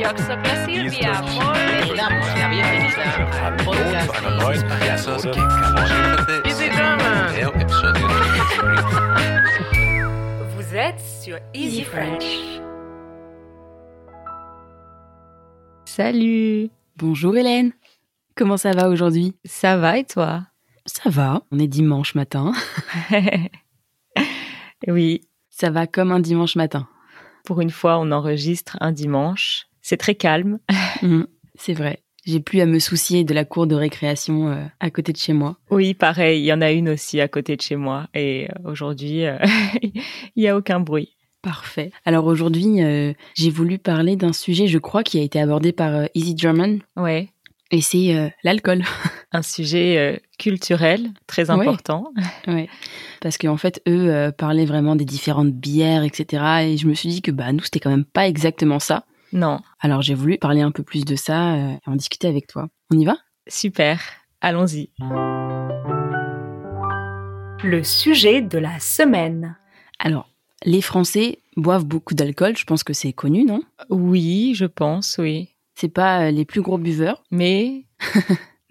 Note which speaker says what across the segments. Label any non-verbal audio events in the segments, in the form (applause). Speaker 1: Jobsucker Silvia,
Speaker 2: Ist das
Speaker 1: moin.
Speaker 2: schön.
Speaker 3: Damos la bienvenida al
Speaker 2: Hallo
Speaker 3: podcast
Speaker 2: zu einer neuen
Speaker 3: Payasos
Speaker 2: Episode.
Speaker 3: que Caroline
Speaker 1: Easy German.
Speaker 3: Video Episode
Speaker 1: Vous êtes sur Easy French.
Speaker 4: Salut
Speaker 5: Bonjour Hélène. Comment ça va aujourd'hui
Speaker 4: Ça va et toi
Speaker 5: Ça va, on est dimanche matin.
Speaker 4: (laughs) Oui,
Speaker 5: Ça va comme un dimanche matin.
Speaker 4: pour une fois, on enregistre un dimanche. C'est très calme. Mm.
Speaker 5: Mhm, C'est vrai. J'ai plus à me soucier de la cour de récréation euh, à côté de chez moi.
Speaker 4: Oui, pareil, il y en a une aussi à côté de chez moi. Et euh, aujourd'hui, euh, (laughs) il n'y a aucun bruit.
Speaker 5: Parfait. Alors aujourd'hui, euh, j'ai voulu parler d'un sujet, je crois, qui a été abordé par euh, Easy German,
Speaker 4: Ouais.
Speaker 5: et c'est euh, l'alcool. (laughs)
Speaker 4: Un sujet euh, culturel très
Speaker 5: Ouais.
Speaker 4: important.
Speaker 5: ouais. Parce qu'en fait, eux euh, parlaient vraiment des différentes bières, etc. Et je me suis dit que bah nous, c'était quand même pas exactement ça.
Speaker 4: Non,
Speaker 5: Alors j'ai voulu parler un peu plus de ça euh, et en discuter avec toi. On y va
Speaker 4: super. Allons-y.
Speaker 1: Le sujet de la semaine.
Speaker 5: Alors, les Français boivent beaucoup d'alcool, je pense que c'est connu, non
Speaker 4: Oui, je pense, oui.
Speaker 5: C'est pas euh, les plus gros buveurs.
Speaker 4: Mais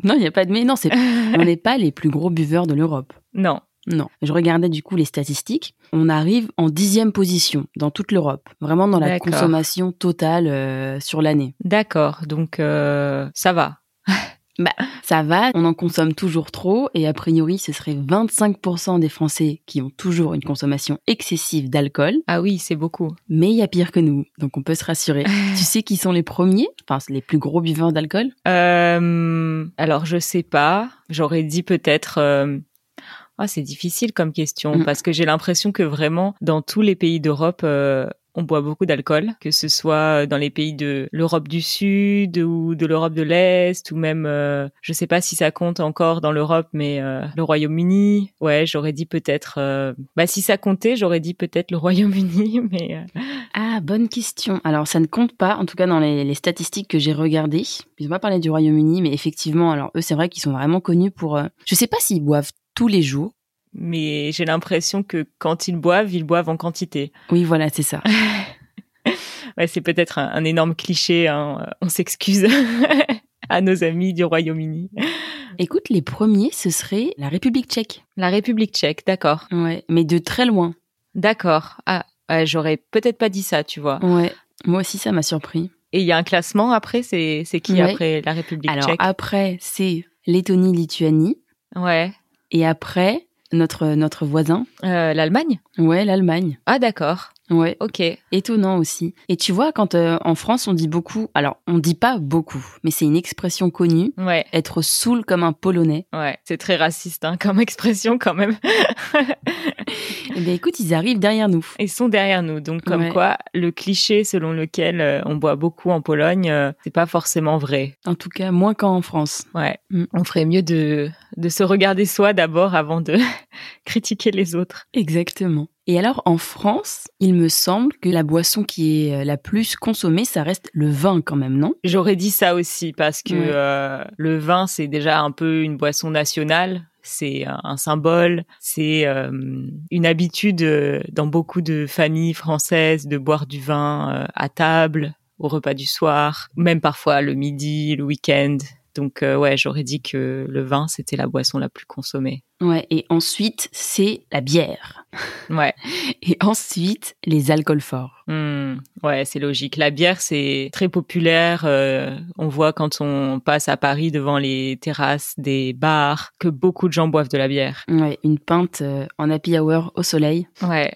Speaker 5: Non, il n'y a pas de mais, non, c'est on n'est pas les plus gros buveurs de l'Europe.
Speaker 4: non.
Speaker 5: Non. Je regardais du coup les statistiques. On arrive en dixième position dans toute l'Europe, vraiment dans la
Speaker 4: D'accord.
Speaker 5: consommation totale euh, sur l'année.
Speaker 4: D'accord, donc euh, ça va.
Speaker 5: Ça va, on en consomme toujours trop et a priori ce serait 25% des Français qui ont toujours une consommation excessive d'alcool,
Speaker 4: Ah oui, c'est beaucoup.
Speaker 5: mais il y a pire que nous, donc on peut se (laughs) rassurer. tu sais qui sont les premiers, enfin c'est les plus gros buveurs d'alcool
Speaker 4: Euh, alors, je sais pas. J'aurais dit peut-être. euh, ah, c'est difficile comme question
Speaker 5: Mm.
Speaker 4: parce que j'ai l'impression que vraiment dans tous les pays d'Europe. euh, on boit beaucoup d'alcool, que ce soit euh, dans les pays de l'Europe du Sud ou de l'Europe de l'Est, ou même, euh, je sais pas si ça compte encore dans l'Europe, mais euh, le Royaume-Uni. Ouais, j'aurais dit peut-être. euh, bah, si ça comptait, j'aurais dit peut-être le Royaume-Uni, (laughs) mais euh,
Speaker 5: Ah, bonne question. Alors, ça ne compte pas, en tout cas dans les, les statistiques que j'ai regardées. Ils n'ont pas parlé du Royaume-Uni, mais effectivement, alors eux, c'est vrai qu'ils sont vraiment connus pour... euh, Je sais pas s'ils boivent tous les jours.
Speaker 4: mais j'ai l'impression que quand ils boivent, ils boivent en quantité.
Speaker 5: Oui, voilà, c'est (laughs) ça.
Speaker 4: Ouais, c'est peut-être un, un énorme cliché. hein. Euh, On s'excuse (laughs) à nos amis du Royaume-Uni.
Speaker 5: Écoute, les premiers, ce serait la République tchèque.
Speaker 4: La République tchèque, d'accord.
Speaker 5: Ouais, mais de très loin.
Speaker 4: D'accord. Ah, ouais, j'aurais peut-être pas dit ça, tu vois.
Speaker 5: Ouais. Moi aussi, ça m'a surpris.
Speaker 4: Et il y a un classement après, c'est c'est qui
Speaker 5: Ouais.
Speaker 4: après la République
Speaker 5: Alors,
Speaker 4: tchèque
Speaker 5: après, c'est Lettonie-Lituanie.
Speaker 4: Ouais.
Speaker 5: Et après, notre, notre voisin.
Speaker 4: Euh, L'Allemagne
Speaker 5: Ouais, l'Allemagne.
Speaker 4: Ah, d'accord.
Speaker 5: Ouais.
Speaker 4: Ok.
Speaker 5: Étonnant aussi. Et tu vois, quand euh, en France on dit beaucoup, alors on dit pas beaucoup, mais c'est une expression connue,
Speaker 4: Ouais.
Speaker 5: être saoul comme un Polonais.
Speaker 4: Ouais, c'est très raciste hein, comme (laughs) expression quand même.
Speaker 5: Eh bien écoute, ils arrivent derrière nous.
Speaker 4: Ils sont derrière nous, donc comme
Speaker 5: Ouais.
Speaker 4: quoi le cliché selon lequel euh, on boit beaucoup en Pologne, euh, c'est pas forcément vrai.
Speaker 5: En tout cas, moins qu'en France.
Speaker 4: Ouais,
Speaker 5: Mm.
Speaker 4: on ferait mieux de, de se regarder soi d'abord avant de (laughs) critiquer les autres.
Speaker 5: Exactement. Et alors en France, il me semble que la boisson qui est euh, la plus consommée, ça reste le vin quand même, non
Speaker 4: J'aurais dit ça aussi parce que
Speaker 5: Ouais.
Speaker 4: euh, le vin, c'est déjà un peu une boisson nationale. C'est un un symbole, c'est euh, une habitude euh, dans beaucoup de familles françaises de boire du vin euh, à table, au repas du soir, même parfois le midi, le week-end. Donc euh, ouais, j'aurais dit que le vin, c'était la boisson la plus consommée.
Speaker 5: Ouais, et ensuite, c'est la bière.
Speaker 4: Ouais.
Speaker 5: Et ensuite, les alcools forts.
Speaker 4: Hmm, ouais, c'est logique. La bière, c'est très populaire. euh, on voit quand on passe à Paris devant les terrasses des bars que beaucoup de gens boivent de la bière.
Speaker 5: Ouais, une pinte euh, en happy hour au soleil.
Speaker 4: Ouais.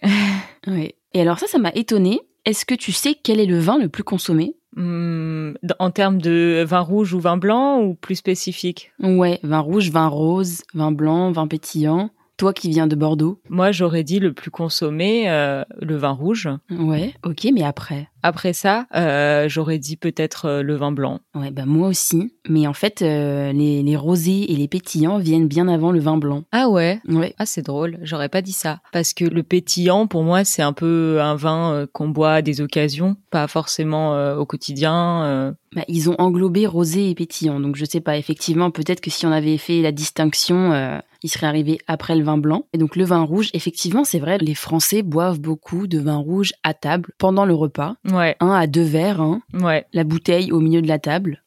Speaker 5: Oui. Et alors ça, ça m'a étonnée. Est-ce que tu sais quel est le vin le plus consommé
Speaker 4: Hmm, d- en termes de vin rouge ou vin blanc ou plus spécifique
Speaker 5: Ouais, vin rouge, vin rose, vin blanc, vin pétillant. Toi qui viens de Bordeaux.
Speaker 4: Moi, j'aurais dit le plus consommé, euh, le vin rouge.
Speaker 5: Ouais, ok, mais après.
Speaker 4: Après ça, euh, j'aurais dit peut-être euh, le vin blanc.
Speaker 5: Ouais, bah moi aussi. Mais en fait, euh, les, les rosés et les pétillants viennent bien avant le vin blanc.
Speaker 4: Ah ouais
Speaker 5: Ouais.
Speaker 4: Ah, c'est drôle, j'aurais pas dit ça. Parce que le pétillant, pour moi, c'est un peu un vin euh, qu'on boit à des occasions, pas forcément euh, au quotidien. euh.
Speaker 5: Bah, ils ont englobé rosé et pétillant. Donc je sais pas, effectivement, peut-être que si on avait fait la distinction, euh, il serait arrivé après le vin blanc. Et donc le vin rouge, effectivement, c'est vrai, les Français boivent beaucoup de vin rouge à table pendant le repas,
Speaker 4: Ouais,
Speaker 5: un à deux verres, hein,
Speaker 4: ouais.
Speaker 5: la bouteille au milieu de la table.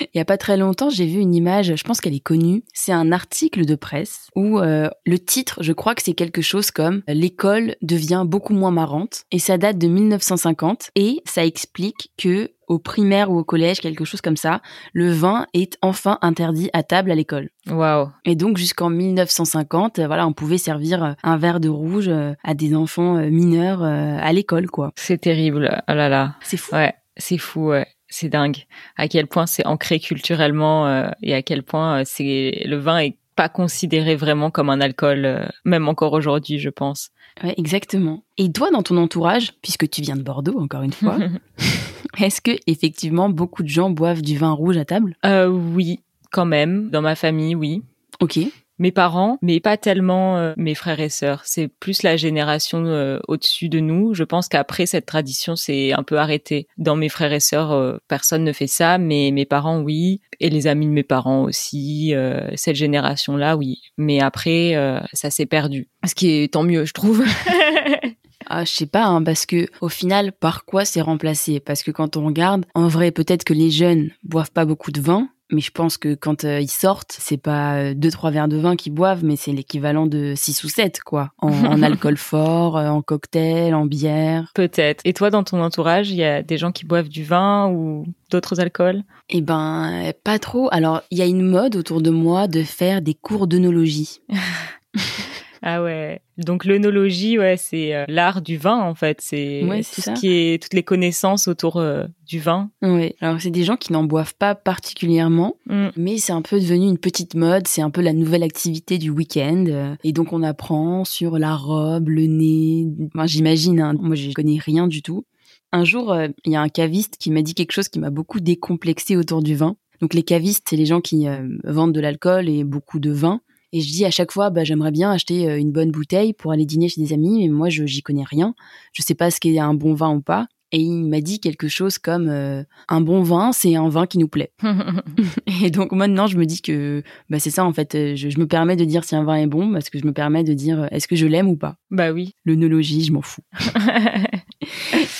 Speaker 5: Il y a pas très longtemps, j'ai vu une image, je pense qu'elle est connue, c'est un article de presse où euh, le titre, je crois que c'est quelque chose comme euh, l'école devient beaucoup moins marrante et ça date de 1950 et ça explique que au primaire ou au collège, quelque chose comme ça, le vin est enfin interdit à table à l'école.
Speaker 4: Waouh.
Speaker 5: Et donc jusqu'en 1950, euh, voilà, on pouvait servir euh, un verre de rouge euh, à des enfants euh, mineurs euh, à l'école, quoi.
Speaker 4: C'est terrible. Oh là là.
Speaker 5: C'est fou.
Speaker 4: Ouais, c'est fou, ouais. C'est dingue. À quel point c'est ancré culturellement euh, et à quel point euh, c'est le vin est pas considéré vraiment comme un alcool, euh, même encore aujourd'hui, je pense.
Speaker 5: Ouais, exactement. Et toi, dans ton entourage, puisque tu viens de Bordeaux, encore une fois, est-ce que effectivement beaucoup de gens boivent du vin rouge à table
Speaker 4: Euh, oui, quand même. Dans ma famille, oui.
Speaker 5: Ok.
Speaker 4: Mes parents, mais pas tellement euh, mes frères et sœurs. C'est plus la génération euh, au-dessus de nous. Je pense qu'après cette tradition, c'est un peu arrêté. Dans mes frères et sœurs, euh, personne ne fait ça, mais mes parents, oui, et les amis de mes parents aussi. euh, cette génération-là, oui. Mais après, euh, ça s'est perdu. Ce qui est tant mieux, je trouve. (laughs)
Speaker 5: Ah, je sais pas, hein, parce que au final, par quoi c'est remplacé Parce que quand on regarde, en vrai, peut-être que les jeunes boivent pas beaucoup de vin. Mais je pense que quand euh, ils sortent, c'est pas euh, deux trois verres de vin qu'ils boivent, mais c'est l'équivalent de six ou sept quoi, en, en alcool fort, euh, en cocktail, en bière.
Speaker 4: Peut-être. Et toi, dans ton entourage, il y a des gens qui boivent du vin ou d'autres alcools
Speaker 5: Eh ben, euh, pas trop. Alors, il y a une mode autour de moi de faire des cours d'œnologie.
Speaker 4: Ah ouais. Donc l'œnologie, ouais, c'est euh, l'art du vin en fait. C'est
Speaker 5: Ouais, c'est
Speaker 4: tout
Speaker 5: ça.
Speaker 4: ce qui est toutes les connaissances autour euh, du vin. (laughs)
Speaker 5: Ouais. Alors, c'est des gens qui n'en boivent pas particulièrement,
Speaker 4: Mm.
Speaker 5: Mais c'est un peu devenu une petite mode, c'est un peu la nouvelle activité du week-end. euh, Et donc on apprend sur la robe, le nez. Enfin, J'imagine, hein, moi je connais rien du tout. Un jour, euh, il y a un caviste qui m'a dit quelque chose qui m'a beaucoup décomplexé autour du vin. Donc les cavistes, c'est les gens qui euh, vendent de l'alcool et beaucoup de vin. Et je dis à chaque fois, bah, j'aimerais bien acheter euh, une bonne bouteille pour aller dîner chez des amis, mais moi je j'y connais rien. Je sais pas ce qu'est un bon vin ou pas. Et il m'a dit quelque chose comme euh, un bon vin, c'est un vin qui nous plaît. (laughs) Et donc maintenant, je me dis que bah, c'est ça en fait. euh, Je, je me permets de dire si un vin est bon parce que je me permets de dire euh, est-ce que je l'aime ou pas.
Speaker 4: bah oui.
Speaker 5: L'œnologie, je m'en fous.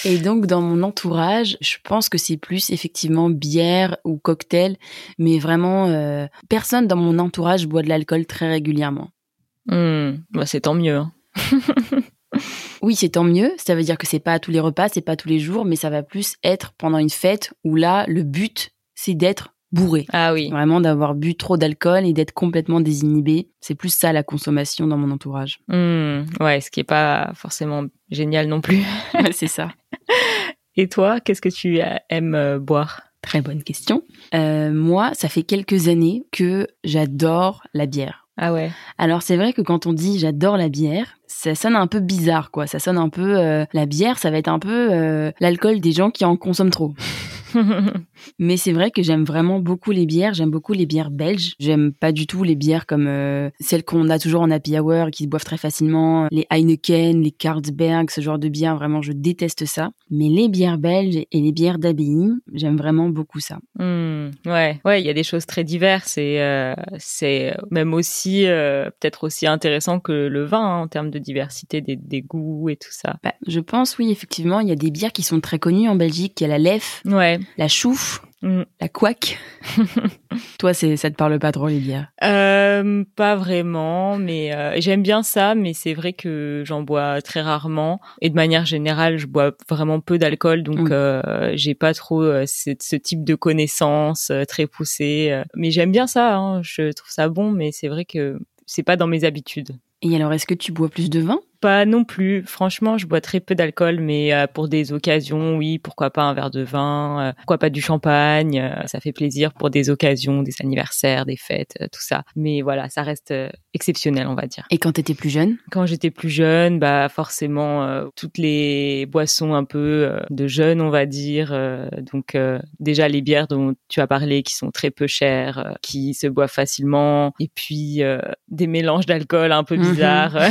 Speaker 5: Et donc dans mon entourage, je pense que c'est plus effectivement bière ou cocktail, mais vraiment euh, personne dans mon entourage boit de l'alcool très régulièrement.
Speaker 4: Hmm. Bah, c'est tant mieux. hein.
Speaker 5: Oui, c'est tant mieux. Ça veut dire que c'est pas à tous les repas, c'est pas tous les jours, mais ça va plus être pendant une fête où là, le but, c'est d'être bourré.
Speaker 4: Ah oui.
Speaker 5: Vraiment d'avoir bu trop d'alcool et d'être complètement désinhibé. C'est plus ça la consommation dans mon
Speaker 4: (laughs)
Speaker 5: entourage.
Speaker 4: Hmm. Ouais, ce qui est pas forcément génial non plus. (laughs)
Speaker 5: Ouais, c'est ça.
Speaker 4: Et toi, qu'est-ce que tu euh, aimes euh, boire
Speaker 5: Très bonne question. Euh, moi, ça fait quelques années que j'adore la bière.
Speaker 4: Ah ouais.
Speaker 5: Alors c'est vrai que quand on dit j'adore la bière, ça sonne un peu bizarre quoi. Ça sonne un peu euh, la bière, ça va être un peu euh, l'alcool des gens qui en consomment trop. Mais c'est vrai que j'aime vraiment beaucoup les bières. J'aime beaucoup les bières belges. J'aime pas du tout les bières comme euh, celles qu'on a toujours en happy hour, qui se boivent très facilement. Les Heineken, les Carlsberg, ce genre de bières, vraiment, je déteste ça. Mais les bières belges et les bières d'abbaye, j'aime vraiment beaucoup ça.
Speaker 4: (laughs) Hmm, ouais, ouais, il y a des choses très diverses et euh, c'est même aussi euh, peut-être aussi intéressant que le vin hein, en termes de diversité des, des goûts et tout ça.
Speaker 5: Bah, je pense, oui, effectivement, il y a des bières qui sont très connues en Belgique. Il y a la Lef,
Speaker 4: Ouais.
Speaker 5: la Chouf,
Speaker 4: Mm.
Speaker 5: la Couac. Toi, c'est, ça te parle pas trop, les bières.
Speaker 4: Euh, pas vraiment, mais euh, j'aime bien ça, mais c'est vrai que j'en bois très rarement et de manière générale, je bois vraiment peu d'alcool, donc
Speaker 5: Oui.
Speaker 4: euh, j'ai pas trop euh, cette- ce type de connaissances euh, très poussées. euh. mais j'aime bien ça, hein, je trouve ça bon, mais c'est vrai que c'est pas dans mes habitudes.
Speaker 5: Et alors, est-ce que tu bois plus de vin
Speaker 4: Pas non plus. Franchement, je bois très peu d'alcool, mais euh, pour des occasions, oui, pourquoi pas un verre de vin, euh, pourquoi pas du champagne, euh, ça fait plaisir pour des occasions, des anniversaires, des fêtes, euh, tout ça. Mais voilà, ça reste euh, exceptionnel, on va dire.
Speaker 5: Et quand t'étais plus jeune
Speaker 4: Quand j'étais plus jeune, bah forcément euh, toutes les boissons un peu euh, de jeunes, on va dire. euh, donc euh, déjà les bières dont tu as parlé, qui sont très peu chères, euh, qui se boivent facilement, et puis euh, des mélanges d'alcool un peu
Speaker 5: Mhm.
Speaker 4: bizarres. euh,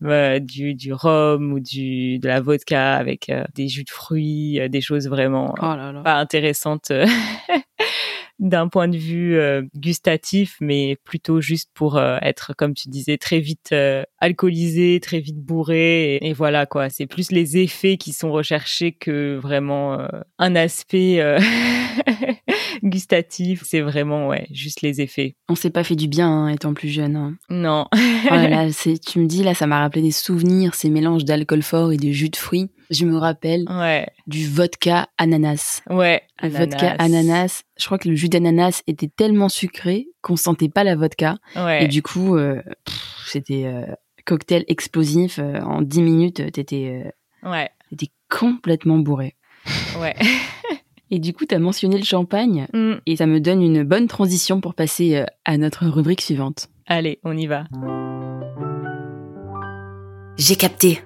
Speaker 4: Comme euh, du, du rhum ou du, de la vodka avec euh, (laughs) des jus de fruits, euh, des choses vraiment
Speaker 5: Oh là là.
Speaker 4: pas intéressantes. d'un point de vue euh, gustatif, mais plutôt juste pour euh, être, comme tu disais, très vite euh, alcoolisé, très vite bourré. Et, et voilà quoi, c'est plus les effets qui sont recherchés que vraiment euh, un aspect euh, (laughs) gustatif. C'est vraiment ouais, juste les effets.
Speaker 5: On s'est pas fait du bien hein, étant plus jeune. hein.
Speaker 4: Non, (laughs)
Speaker 5: Oh là là, c'est- tu me dis là, ça m'a rappelé des souvenirs, ces mélanges d'alcool fort et de jus de fruits. Je me rappelle
Speaker 4: ouais,
Speaker 5: du vodka ananas.
Speaker 4: ouais.
Speaker 5: Le Vodka ananas. Je crois que le jus d'ananas était tellement sucré qu'on sentait pas la vodka.
Speaker 4: Ouais.
Speaker 5: Et du coup, euh, pff, c'était euh, cocktail explosif. euh, en 10 minutes, euh, t'étais euh,
Speaker 4: ouais,
Speaker 5: t'étais complètement bourré.
Speaker 4: ouais.
Speaker 5: (laughs) Et du coup, t'as mentionné le champagne.
Speaker 4: Mm.
Speaker 5: Et ça me donne une bonne transition pour passer euh, à notre rubrique suivante.
Speaker 4: Allez, on y va.
Speaker 2: J'ai capté.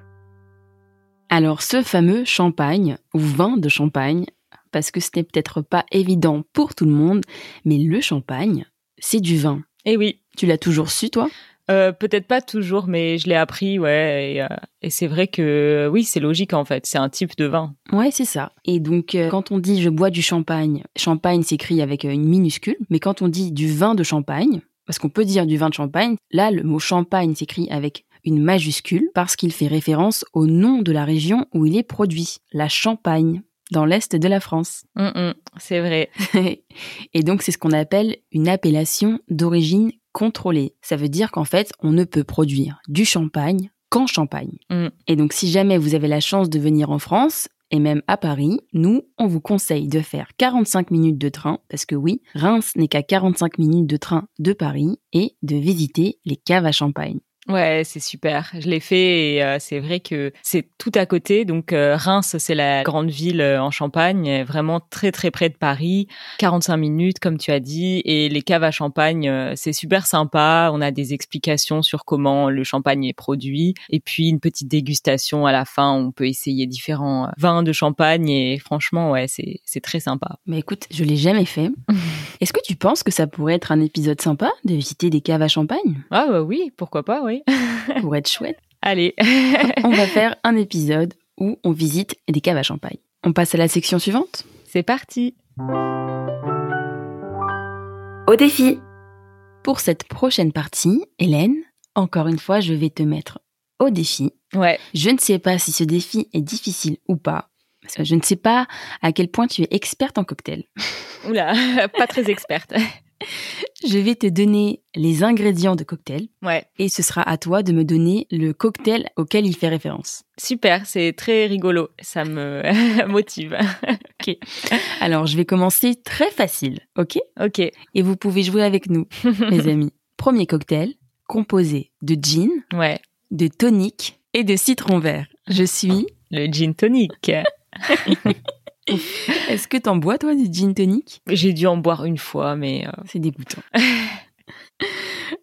Speaker 5: Alors, ce fameux champagne, ou vin de champagne, parce que ce n'est peut-être pas évident pour tout le monde, mais le champagne, c'est du vin.
Speaker 4: Et Eh oui,
Speaker 5: Tu l'as toujours su, toi
Speaker 4: Euh, peut-être pas toujours, mais je l'ai appris, ouais. Et, euh, et c'est vrai que oui, c'est logique en fait. C'est un type de vin.
Speaker 5: Ouais, c'est ça. Et donc, euh, quand on dit je bois du champagne, champagne s'écrit avec euh, une minuscule, mais quand on dit du vin de champagne, parce qu'on peut dire du vin de champagne, là, le mot champagne s'écrit avec une majuscule parce qu'il fait référence au nom de la région où il est produit, la Champagne, dans l'est de la France.
Speaker 4: Hum, hum, c'est vrai.
Speaker 5: Et donc, c'est ce qu'on appelle une appellation d'origine contrôlée. Ça veut dire qu'en fait, on ne peut produire du champagne qu'en Champagne.
Speaker 4: Mm.
Speaker 5: Et donc, si jamais vous avez la chance de venir en France, et même à Paris, nous, on vous conseille de faire 45 minutes de train, parce que oui, Reims n'est qu'à 45 minutes de train de Paris, et de visiter les caves à champagne.
Speaker 4: Ouais, c'est super. Je l'ai fait et euh, c'est vrai que c'est tout à côté. Donc euh, Reims, c'est la grande ville euh, en Champagne, vraiment très très près de Paris. 45 minutes, comme tu as dit. Et les caves à champagne, euh, c'est super sympa. On a des explications sur comment le champagne est produit. Et puis une petite dégustation à la fin. On peut essayer différents euh, vins de champagne. Et franchement, ouais, c'est c'est très sympa.
Speaker 5: Mais écoute, je l'ai jamais fait. Est-ce que tu penses que ça pourrait être un épisode sympa de visiter des caves à champagne
Speaker 4: Ah bah oui, pourquoi pas, oui.
Speaker 5: Pour être chouette
Speaker 4: (laughs) Allez. (laughs)
Speaker 5: on va faire un épisode où on visite des caves à champagne. On passe à la section suivante
Speaker 4: C'est parti.
Speaker 2: Au défi.
Speaker 5: Pour cette prochaine partie, Hélène, encore une fois, je vais te mettre au défi.
Speaker 4: Ouais,
Speaker 5: Je ne sais pas si ce défi est difficile ou pas. parce que Je ne sais pas à quel point tu es experte en cocktail.
Speaker 4: oula, (laughs) pas très experte.
Speaker 5: Je vais te donner les ingrédients de cocktail
Speaker 4: Ouais.
Speaker 5: et ce sera à toi de me donner le cocktail auquel il fait référence.
Speaker 4: Super, c'est très rigolo. Ça me (laughs) motive.
Speaker 5: Alors, je vais commencer très facile, ok
Speaker 4: Ok.
Speaker 5: Et vous pouvez jouer avec
Speaker 4: (laughs)
Speaker 5: nous, mes amis. Premier cocktail, composé de gin,
Speaker 4: Ouais.
Speaker 5: de tonique et de citron vert. Je suis.
Speaker 4: Le gin tonic. Ah.
Speaker 5: Est-ce que t'en bois, toi, du gin tonic
Speaker 4: J'ai dû en boire une fois, mais euh,
Speaker 5: C'est
Speaker 4: (laughs)
Speaker 5: dégoûtant.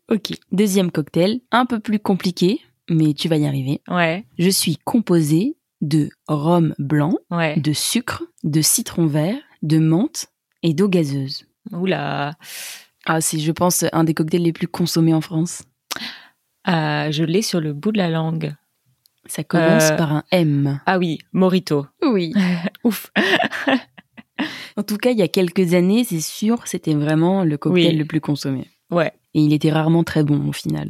Speaker 5: ok. Deuxième cocktail, un peu plus compliqué, mais tu vas y arriver.
Speaker 4: ouais,
Speaker 5: Je suis composée de rhum blanc,
Speaker 4: ouais.
Speaker 5: de sucre, de citron vert, de menthe et d'eau gazeuse.
Speaker 4: Oula,
Speaker 5: Ah, c'est, je pense, un des cocktails les plus consommés en France.
Speaker 4: Euh, je l'ai sur le bout de la langue.
Speaker 5: Ça commence
Speaker 4: Euh.
Speaker 5: par un M.
Speaker 4: Ah oui, Morito.
Speaker 5: (laughs) Oui.
Speaker 4: Ouf.
Speaker 5: En tout cas, il y a quelques années, c'est sûr, c'était vraiment le cocktail
Speaker 4: Oui.
Speaker 5: le plus consommé.
Speaker 4: Ouais.
Speaker 5: Et il était rarement très bon au (laughs) final.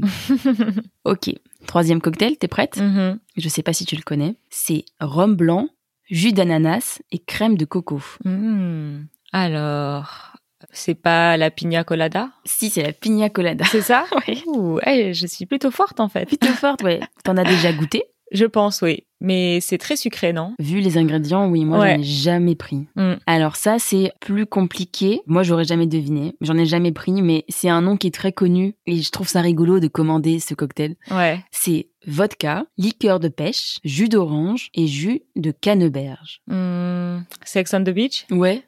Speaker 5: ok. Troisième cocktail, t'es prête
Speaker 4: Mhm.
Speaker 5: Je sais pas si tu le connais. C'est rhum blanc, jus d'ananas et crème de coco.
Speaker 4: Hmm. Alors, c'est pas la pina colada
Speaker 5: Si, c'est la pina colada. (laughs)
Speaker 4: C'est ça (laughs)
Speaker 5: Oui.
Speaker 4: Ouh, eh, je suis plutôt forte en fait.
Speaker 5: Plutôt forte, ouais. T'en as déjà goûté
Speaker 4: Je pense, oui. Mais c'est très sucré, non
Speaker 5: Vu les ingrédients, oui, moi,
Speaker 4: Ouais.
Speaker 5: j'en ai jamais pris.
Speaker 4: Mm.
Speaker 5: Alors ça, c'est plus compliqué. Moi, j'aurais jamais deviné. J'en ai jamais pris, mais c'est un nom qui est très connu. Et je trouve ça rigolo de commander ce cocktail.
Speaker 4: Ouais.
Speaker 5: C'est vodka, liqueur de pêche, jus d'orange et jus de canneberge.
Speaker 4: Hmm. Sex on the beach
Speaker 5: Ouais.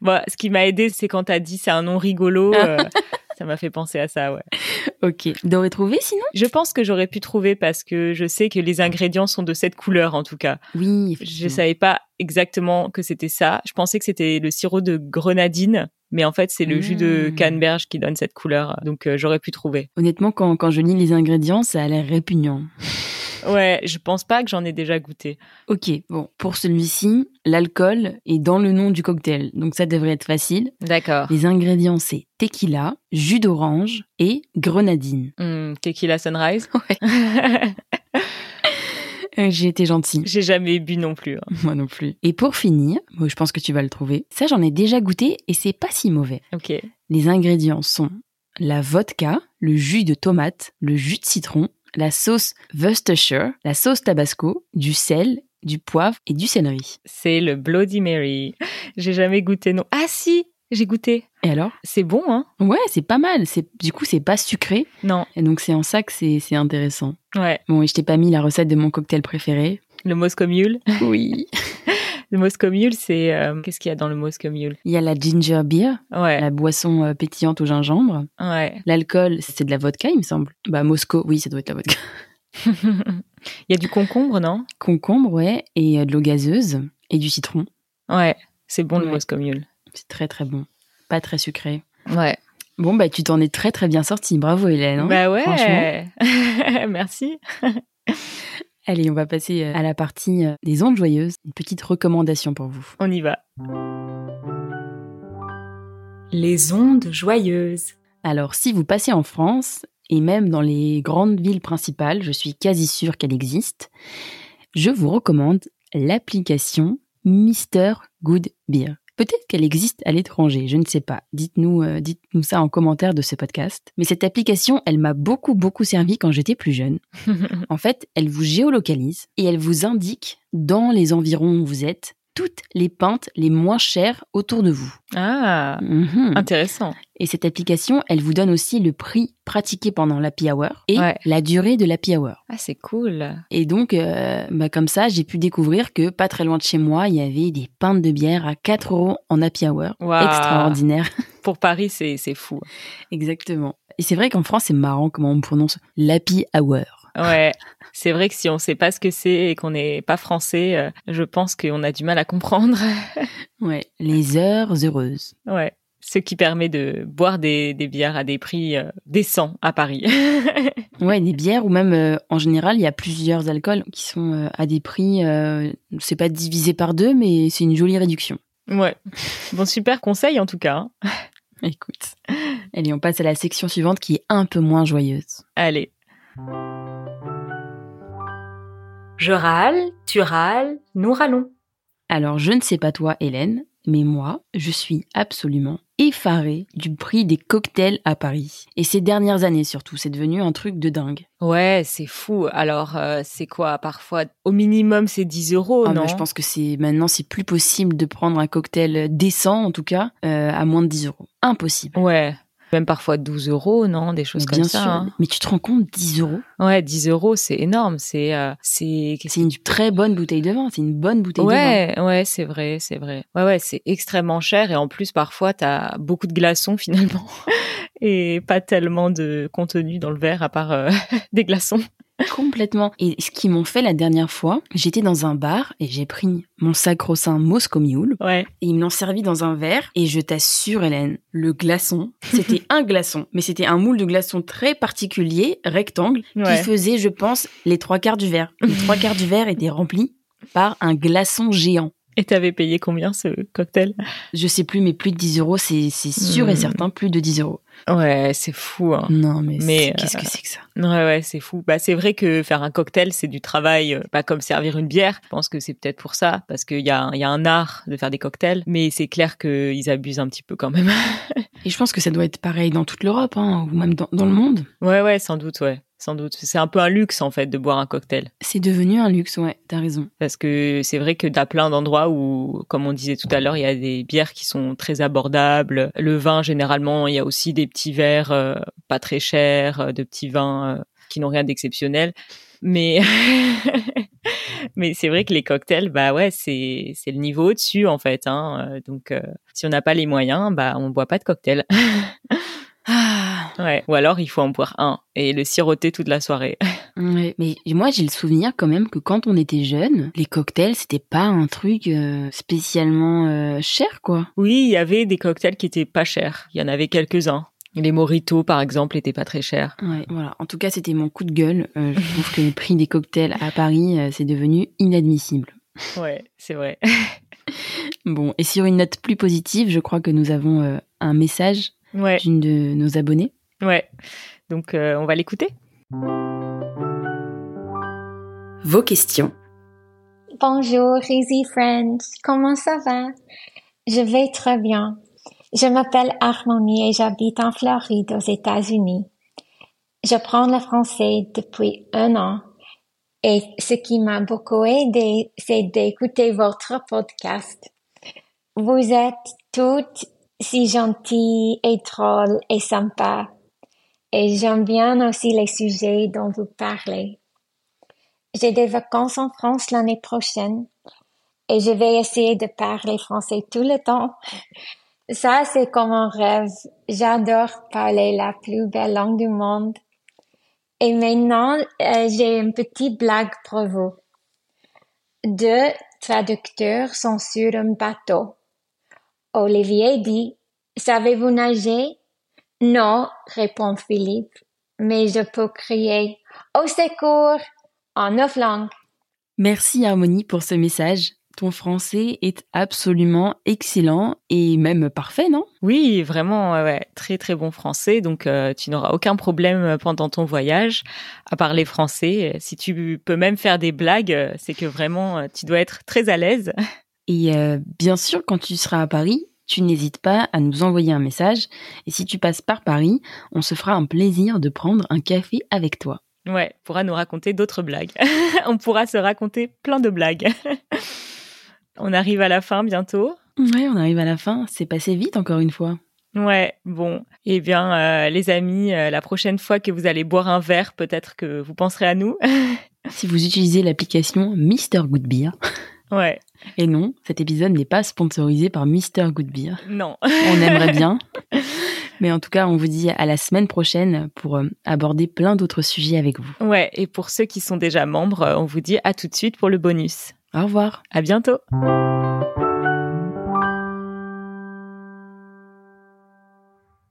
Speaker 4: Bon, ce qui m'a aidé, c'est quand t'as dit c'est un nom (laughs) rigolo. euh, ça m'a fait penser à ça, ouais.
Speaker 5: Ok. T'aurais trouvé sinon
Speaker 4: Je pense que j'aurais pu trouver parce que je sais que les ingrédients sont de cette couleur en tout cas.
Speaker 5: Oui.
Speaker 4: Je
Speaker 5: effectivement.
Speaker 4: savais pas exactement que c'était ça. Je pensais que c'était le sirop de grenadine, mais en fait c'est le jus de
Speaker 5: Mm.
Speaker 4: canneberge qui donne cette couleur. Donc euh, j'aurais pu trouver.
Speaker 5: Honnêtement, quand, quand je lis les ingrédients, ça a l'air répugnant.
Speaker 4: Ouais, je pense pas que j'en ai déjà goûté.
Speaker 5: Ok, bon, pour celui-ci, l'alcool est dans le nom du cocktail, donc ça devrait être facile.
Speaker 4: D'accord.
Speaker 5: Les ingrédients, c'est tequila, jus d'orange et grenadine.
Speaker 4: Hmm, tequila sunrise.
Speaker 5: Euh, J'ai été gentille,
Speaker 4: (laughs)
Speaker 5: (laughs)
Speaker 4: J'ai jamais bu non plus. hein.
Speaker 5: moi non plus. Et pour finir, moi, je pense que tu vas le trouver, ça j'en ai déjà goûté et c'est pas si mauvais.
Speaker 4: Ok.
Speaker 5: Les ingrédients sont la vodka, le jus de tomate, le jus de citron, la sauce Worcestershire, la sauce tabasco, du sel, du poivre et du céleri.
Speaker 4: C'est le Bloody Mary. (laughs) J'ai jamais goûté non. Ah si, j'ai goûté.
Speaker 5: Et alors
Speaker 4: C'est bon, hein
Speaker 5: Ouais, c'est pas mal. C'est du coup, c'est pas sucré,
Speaker 4: Non.
Speaker 5: et donc c'est en ça que c'est c'est intéressant.
Speaker 4: Ouais.
Speaker 5: Bon, et je t'ai pas mis la recette de mon cocktail préféré.
Speaker 4: Le Moscow Mule.
Speaker 5: (laughs) Oui.
Speaker 4: Le Moscow Mule, c'est euh, qu'est-ce qu'il y a dans le Moscow Mule
Speaker 5: Il y a la ginger beer,
Speaker 4: Ouais.
Speaker 5: la boisson euh, pétillante au gingembre.
Speaker 4: Ouais.
Speaker 5: L'alcool, c'est de la vodka, il me semble. Bah, Moscou, oui, ça doit être la vodka. (laughs)
Speaker 4: Il y a du concombre, non
Speaker 5: Concombre, ouais, et euh, de l'eau gazeuse et du citron.
Speaker 4: Ouais. C'est bon le
Speaker 5: Ouais.
Speaker 4: Moscow Mule.
Speaker 5: C'est très très bon. Pas très sucré.
Speaker 4: Ouais.
Speaker 5: Bon, bah, tu t'en es très très bien sortie. Bravo, Hélène. hein.
Speaker 4: bah ouais.
Speaker 5: franchement.
Speaker 4: (laughs) Merci.
Speaker 5: Allez, on va passer euh, à la partie euh, des ondes joyeuses. Une petite recommandation pour vous.
Speaker 4: On y va.
Speaker 1: Les ondes joyeuses.
Speaker 5: Alors, si vous passez en France, et même dans les grandes villes principales, je suis quasi sûre qu'elle existe, je vous recommande l'application Mister Good Beer. Peut-être qu'elle existe à l'étranger, je ne sais pas. Dites-nous euh, dites-nous ça en commentaire de ce podcast. Mais cette application, elle m'a beaucoup beaucoup servi quand j'étais plus jeune. En fait, elle vous géolocalise et elle vous indique dans les environs où vous êtes toutes les pintes les moins chères autour de vous.
Speaker 4: ah,
Speaker 5: Mhm.
Speaker 4: intéressant.
Speaker 5: Et cette application, elle vous donne aussi le prix pratiqué pendant l'happy hour et
Speaker 4: Ouais.
Speaker 5: la durée de l'happy hour.
Speaker 4: Ah, c'est cool.
Speaker 5: Et donc, euh, bah, comme ça, j'ai pu découvrir que pas très loin de chez moi, il y avait des pintes de bière à 4 euros en happy hour.
Speaker 4: Waouh. (laughs)
Speaker 5: Extraordinaire.
Speaker 4: Pour Paris, c'est c'est fou.
Speaker 5: Exactement. Et c'est vrai qu'en France, c'est marrant comment on prononce l'happy hour.
Speaker 4: Ouais, c'est vrai que si on sait pas ce que c'est et qu'on n'est pas français, euh, je pense qu'on a du mal à comprendre. (laughs)
Speaker 5: Ouais. Les heures heureuses.
Speaker 4: Ouais, ce qui permet de boire des, des bières à des prix euh, décents à Paris. (laughs)
Speaker 5: Ouais, des bières ou même euh, en général, il y a plusieurs alcools qui sont euh, à des prix, euh, c'est pas divisé par deux, mais c'est une jolie réduction.
Speaker 4: ouais. Bon, super conseil en tout cas. hein.
Speaker 5: (laughs) Écoute. Allez, on passe à la section suivante qui est un peu moins joyeuse.
Speaker 4: Allez.
Speaker 1: Je râle, tu râles, nous râlons.
Speaker 5: Alors, je ne sais pas toi, Hélène, mais moi, je suis absolument effarée du prix des cocktails à Paris. Et ces dernières années surtout, c'est devenu un truc de dingue.
Speaker 4: Ouais, c'est fou. Alors, euh, c'est quoi Parfois, au minimum, c'est 10 euros,
Speaker 5: Ah,
Speaker 4: Oh non
Speaker 5: mais je pense que c'est maintenant, c'est plus possible de prendre un cocktail décent, en tout cas, euh, à moins de 10 euros. Impossible.
Speaker 4: Ouais. Même parfois 12 euros, non Des choses
Speaker 5: Mais
Speaker 4: comme
Speaker 5: bien
Speaker 4: ça.
Speaker 5: sûr.
Speaker 4: hein.
Speaker 5: Mais tu te rends compte, 10 euros,
Speaker 4: Ouais, 10 euros, c'est énorme. C'est. euh, c'est
Speaker 5: c'est une très bonne bouteille de vin. C'est une bonne bouteille de vin.
Speaker 4: Ouais, ouais, c'est vrai, c'est vrai. Ouais, ouais, c'est extrêmement cher et en plus parfois t'as beaucoup de glaçons (laughs) finalement et pas tellement de contenu dans le verre à part euh, (laughs) des glaçons.
Speaker 5: Complètement. Et ce qu'ils m'ont fait la dernière fois, j'étais dans un bar et j'ai pris mon sacro-saint Moscow Mule
Speaker 4: Ouais,
Speaker 5: et ils me l'ont servi dans un verre. Et je t'assure, Hélène, le
Speaker 4: (laughs)
Speaker 5: glaçon, c'était un glaçon, mais c'était un moule de glaçon très particulier, rectangle, qui
Speaker 4: ouais.
Speaker 5: faisait, je pense, les trois quarts du verre. Les trois quarts du verre étaient remplis par un glaçon géant.
Speaker 4: Et t'avais payé combien ce cocktail
Speaker 5: Je sais plus, mais plus de 10 euros, c'est c'est sûr et
Speaker 4: Hmm.
Speaker 5: certain, plus de 10 euros.
Speaker 4: Ouais, c'est fou. Hein.
Speaker 5: Non, mais, c'est-
Speaker 4: Mais, euh,
Speaker 5: qu'est-ce que c'est que ça
Speaker 4: Ouais, ouais, c'est fou. Bah, c'est vrai que faire un cocktail, c'est du travail, euh, pas comme servir une bière. Je pense que c'est peut-être pour ça, parce qu'il y a, un- il y a un art de faire des cocktails, mais c'est clair qu'ils abusent un petit peu quand même. (laughs)
Speaker 5: Et je pense que ça doit être pareil dans toute l'Europe, hein, ou même dans- dans le monde.
Speaker 4: ouais, ouais, sans doute, ouais, sans doute. C'est un peu un luxe en fait de boire un cocktail.
Speaker 5: C'est devenu un luxe, ouais, t'as raison.
Speaker 4: Parce que c'est vrai que t'as plein d'endroits où, comme on disait tout à l'heure, il y a des bières qui sont très abordables. Le vin, généralement, il y a aussi des petits verres euh, pas très chers, euh, de petits vins euh, qui n'ont rien d'exceptionnel. Mais, (laughs) mais c'est vrai que les cocktails, bah ouais, c'est, c'est le niveau au-dessus, en fait. Hein. Euh, Donc, euh, si on n'a pas les moyens, bah, on boit pas de cocktail. (laughs)
Speaker 5: Ah,
Speaker 4: Ouais. Ou alors, il faut en boire un et le siroter toute la soirée.
Speaker 5: ouais. Mais moi, j'ai le souvenir quand même que quand on était jeune, les cocktails, c'était pas un truc euh, spécialement euh, cher, quoi.
Speaker 4: Oui, il y avait des cocktails qui étaient pas chers. Il y en avait quelques-uns. Les moritos, par exemple, étaient pas très chers.
Speaker 5: Ouais, voilà. En tout cas, c'était mon coup de gueule. Euh, je trouve que le prix des cocktails à Paris, euh, c'est devenu inadmissible.
Speaker 4: Ouais, c'est vrai. (laughs)
Speaker 5: Bon, et sur une note plus positive, je crois que nous avons euh, un message
Speaker 4: Ouais,
Speaker 5: d'une de nos abonnées.
Speaker 4: ouais. Donc, euh, on va l'écouter.
Speaker 2: Vos questions.
Speaker 6: Bonjour, Easy Friends. Comment ça va? Je vais très bien. Je m'appelle Harmonie et j'habite en Floride, aux États-Unis. Je prends le français depuis un an et ce qui m'a beaucoup aidé, c'est d'écouter votre podcast. Vous êtes toutes si gentilles et drôles et sympas. Et j'aime bien aussi les sujets dont vous parlez. J'ai des vacances en France l'année prochaine et je vais essayer de parler français tout le temps. Ça, c'est comme un rêve. J'adore parler la plus belle langue du monde. Et maintenant, euh, j'ai une petite blague pour vous. Deux traducteurs sont sur un bateau. Olivier dit, savez-vous nager? Non, répond Philippe, mais je peux crier, au secours! en neuf langues.
Speaker 5: Merci Harmonie pour ce message. Ton français est absolument excellent et même parfait, non
Speaker 4: Oui, vraiment, ouais, ouais, très très bon français. Donc, euh, tu n'auras aucun problème pendant ton voyage à parler français. Si tu peux même faire des blagues, euh, c'est que vraiment, euh, tu dois être très à l'aise.
Speaker 5: Et euh, bien sûr, quand tu seras à Paris, tu n'hésites pas à nous envoyer un message. Et si tu passes par Paris, on se fera un plaisir de prendre un café avec toi.
Speaker 4: Ouais, pourra nous raconter d'autres blagues. (laughs) on pourra se raconter plein de blagues. (laughs) on arrive à la fin bientôt.
Speaker 5: Ouais, on arrive à la fin. C'est passé vite encore une fois.
Speaker 4: Ouais, bon. Eh bien, euh, les amis, euh, la prochaine fois que vous allez boire un verre, peut-être que vous penserez à nous. (laughs)
Speaker 5: Si vous utilisez l'application Mr. Good Beer,
Speaker 4: ouais,
Speaker 5: et non, cet épisode n'est pas sponsorisé par Mr. Good Beer.
Speaker 4: non. (laughs)
Speaker 5: On aimerait bien. Mais en tout cas, on vous dit à la semaine prochaine pour euh, aborder plein d'autres sujets avec vous.
Speaker 4: Ouais, et pour ceux qui sont déjà membres, euh, on vous dit à tout de suite pour le bonus.
Speaker 5: Au revoir.
Speaker 4: À bientôt.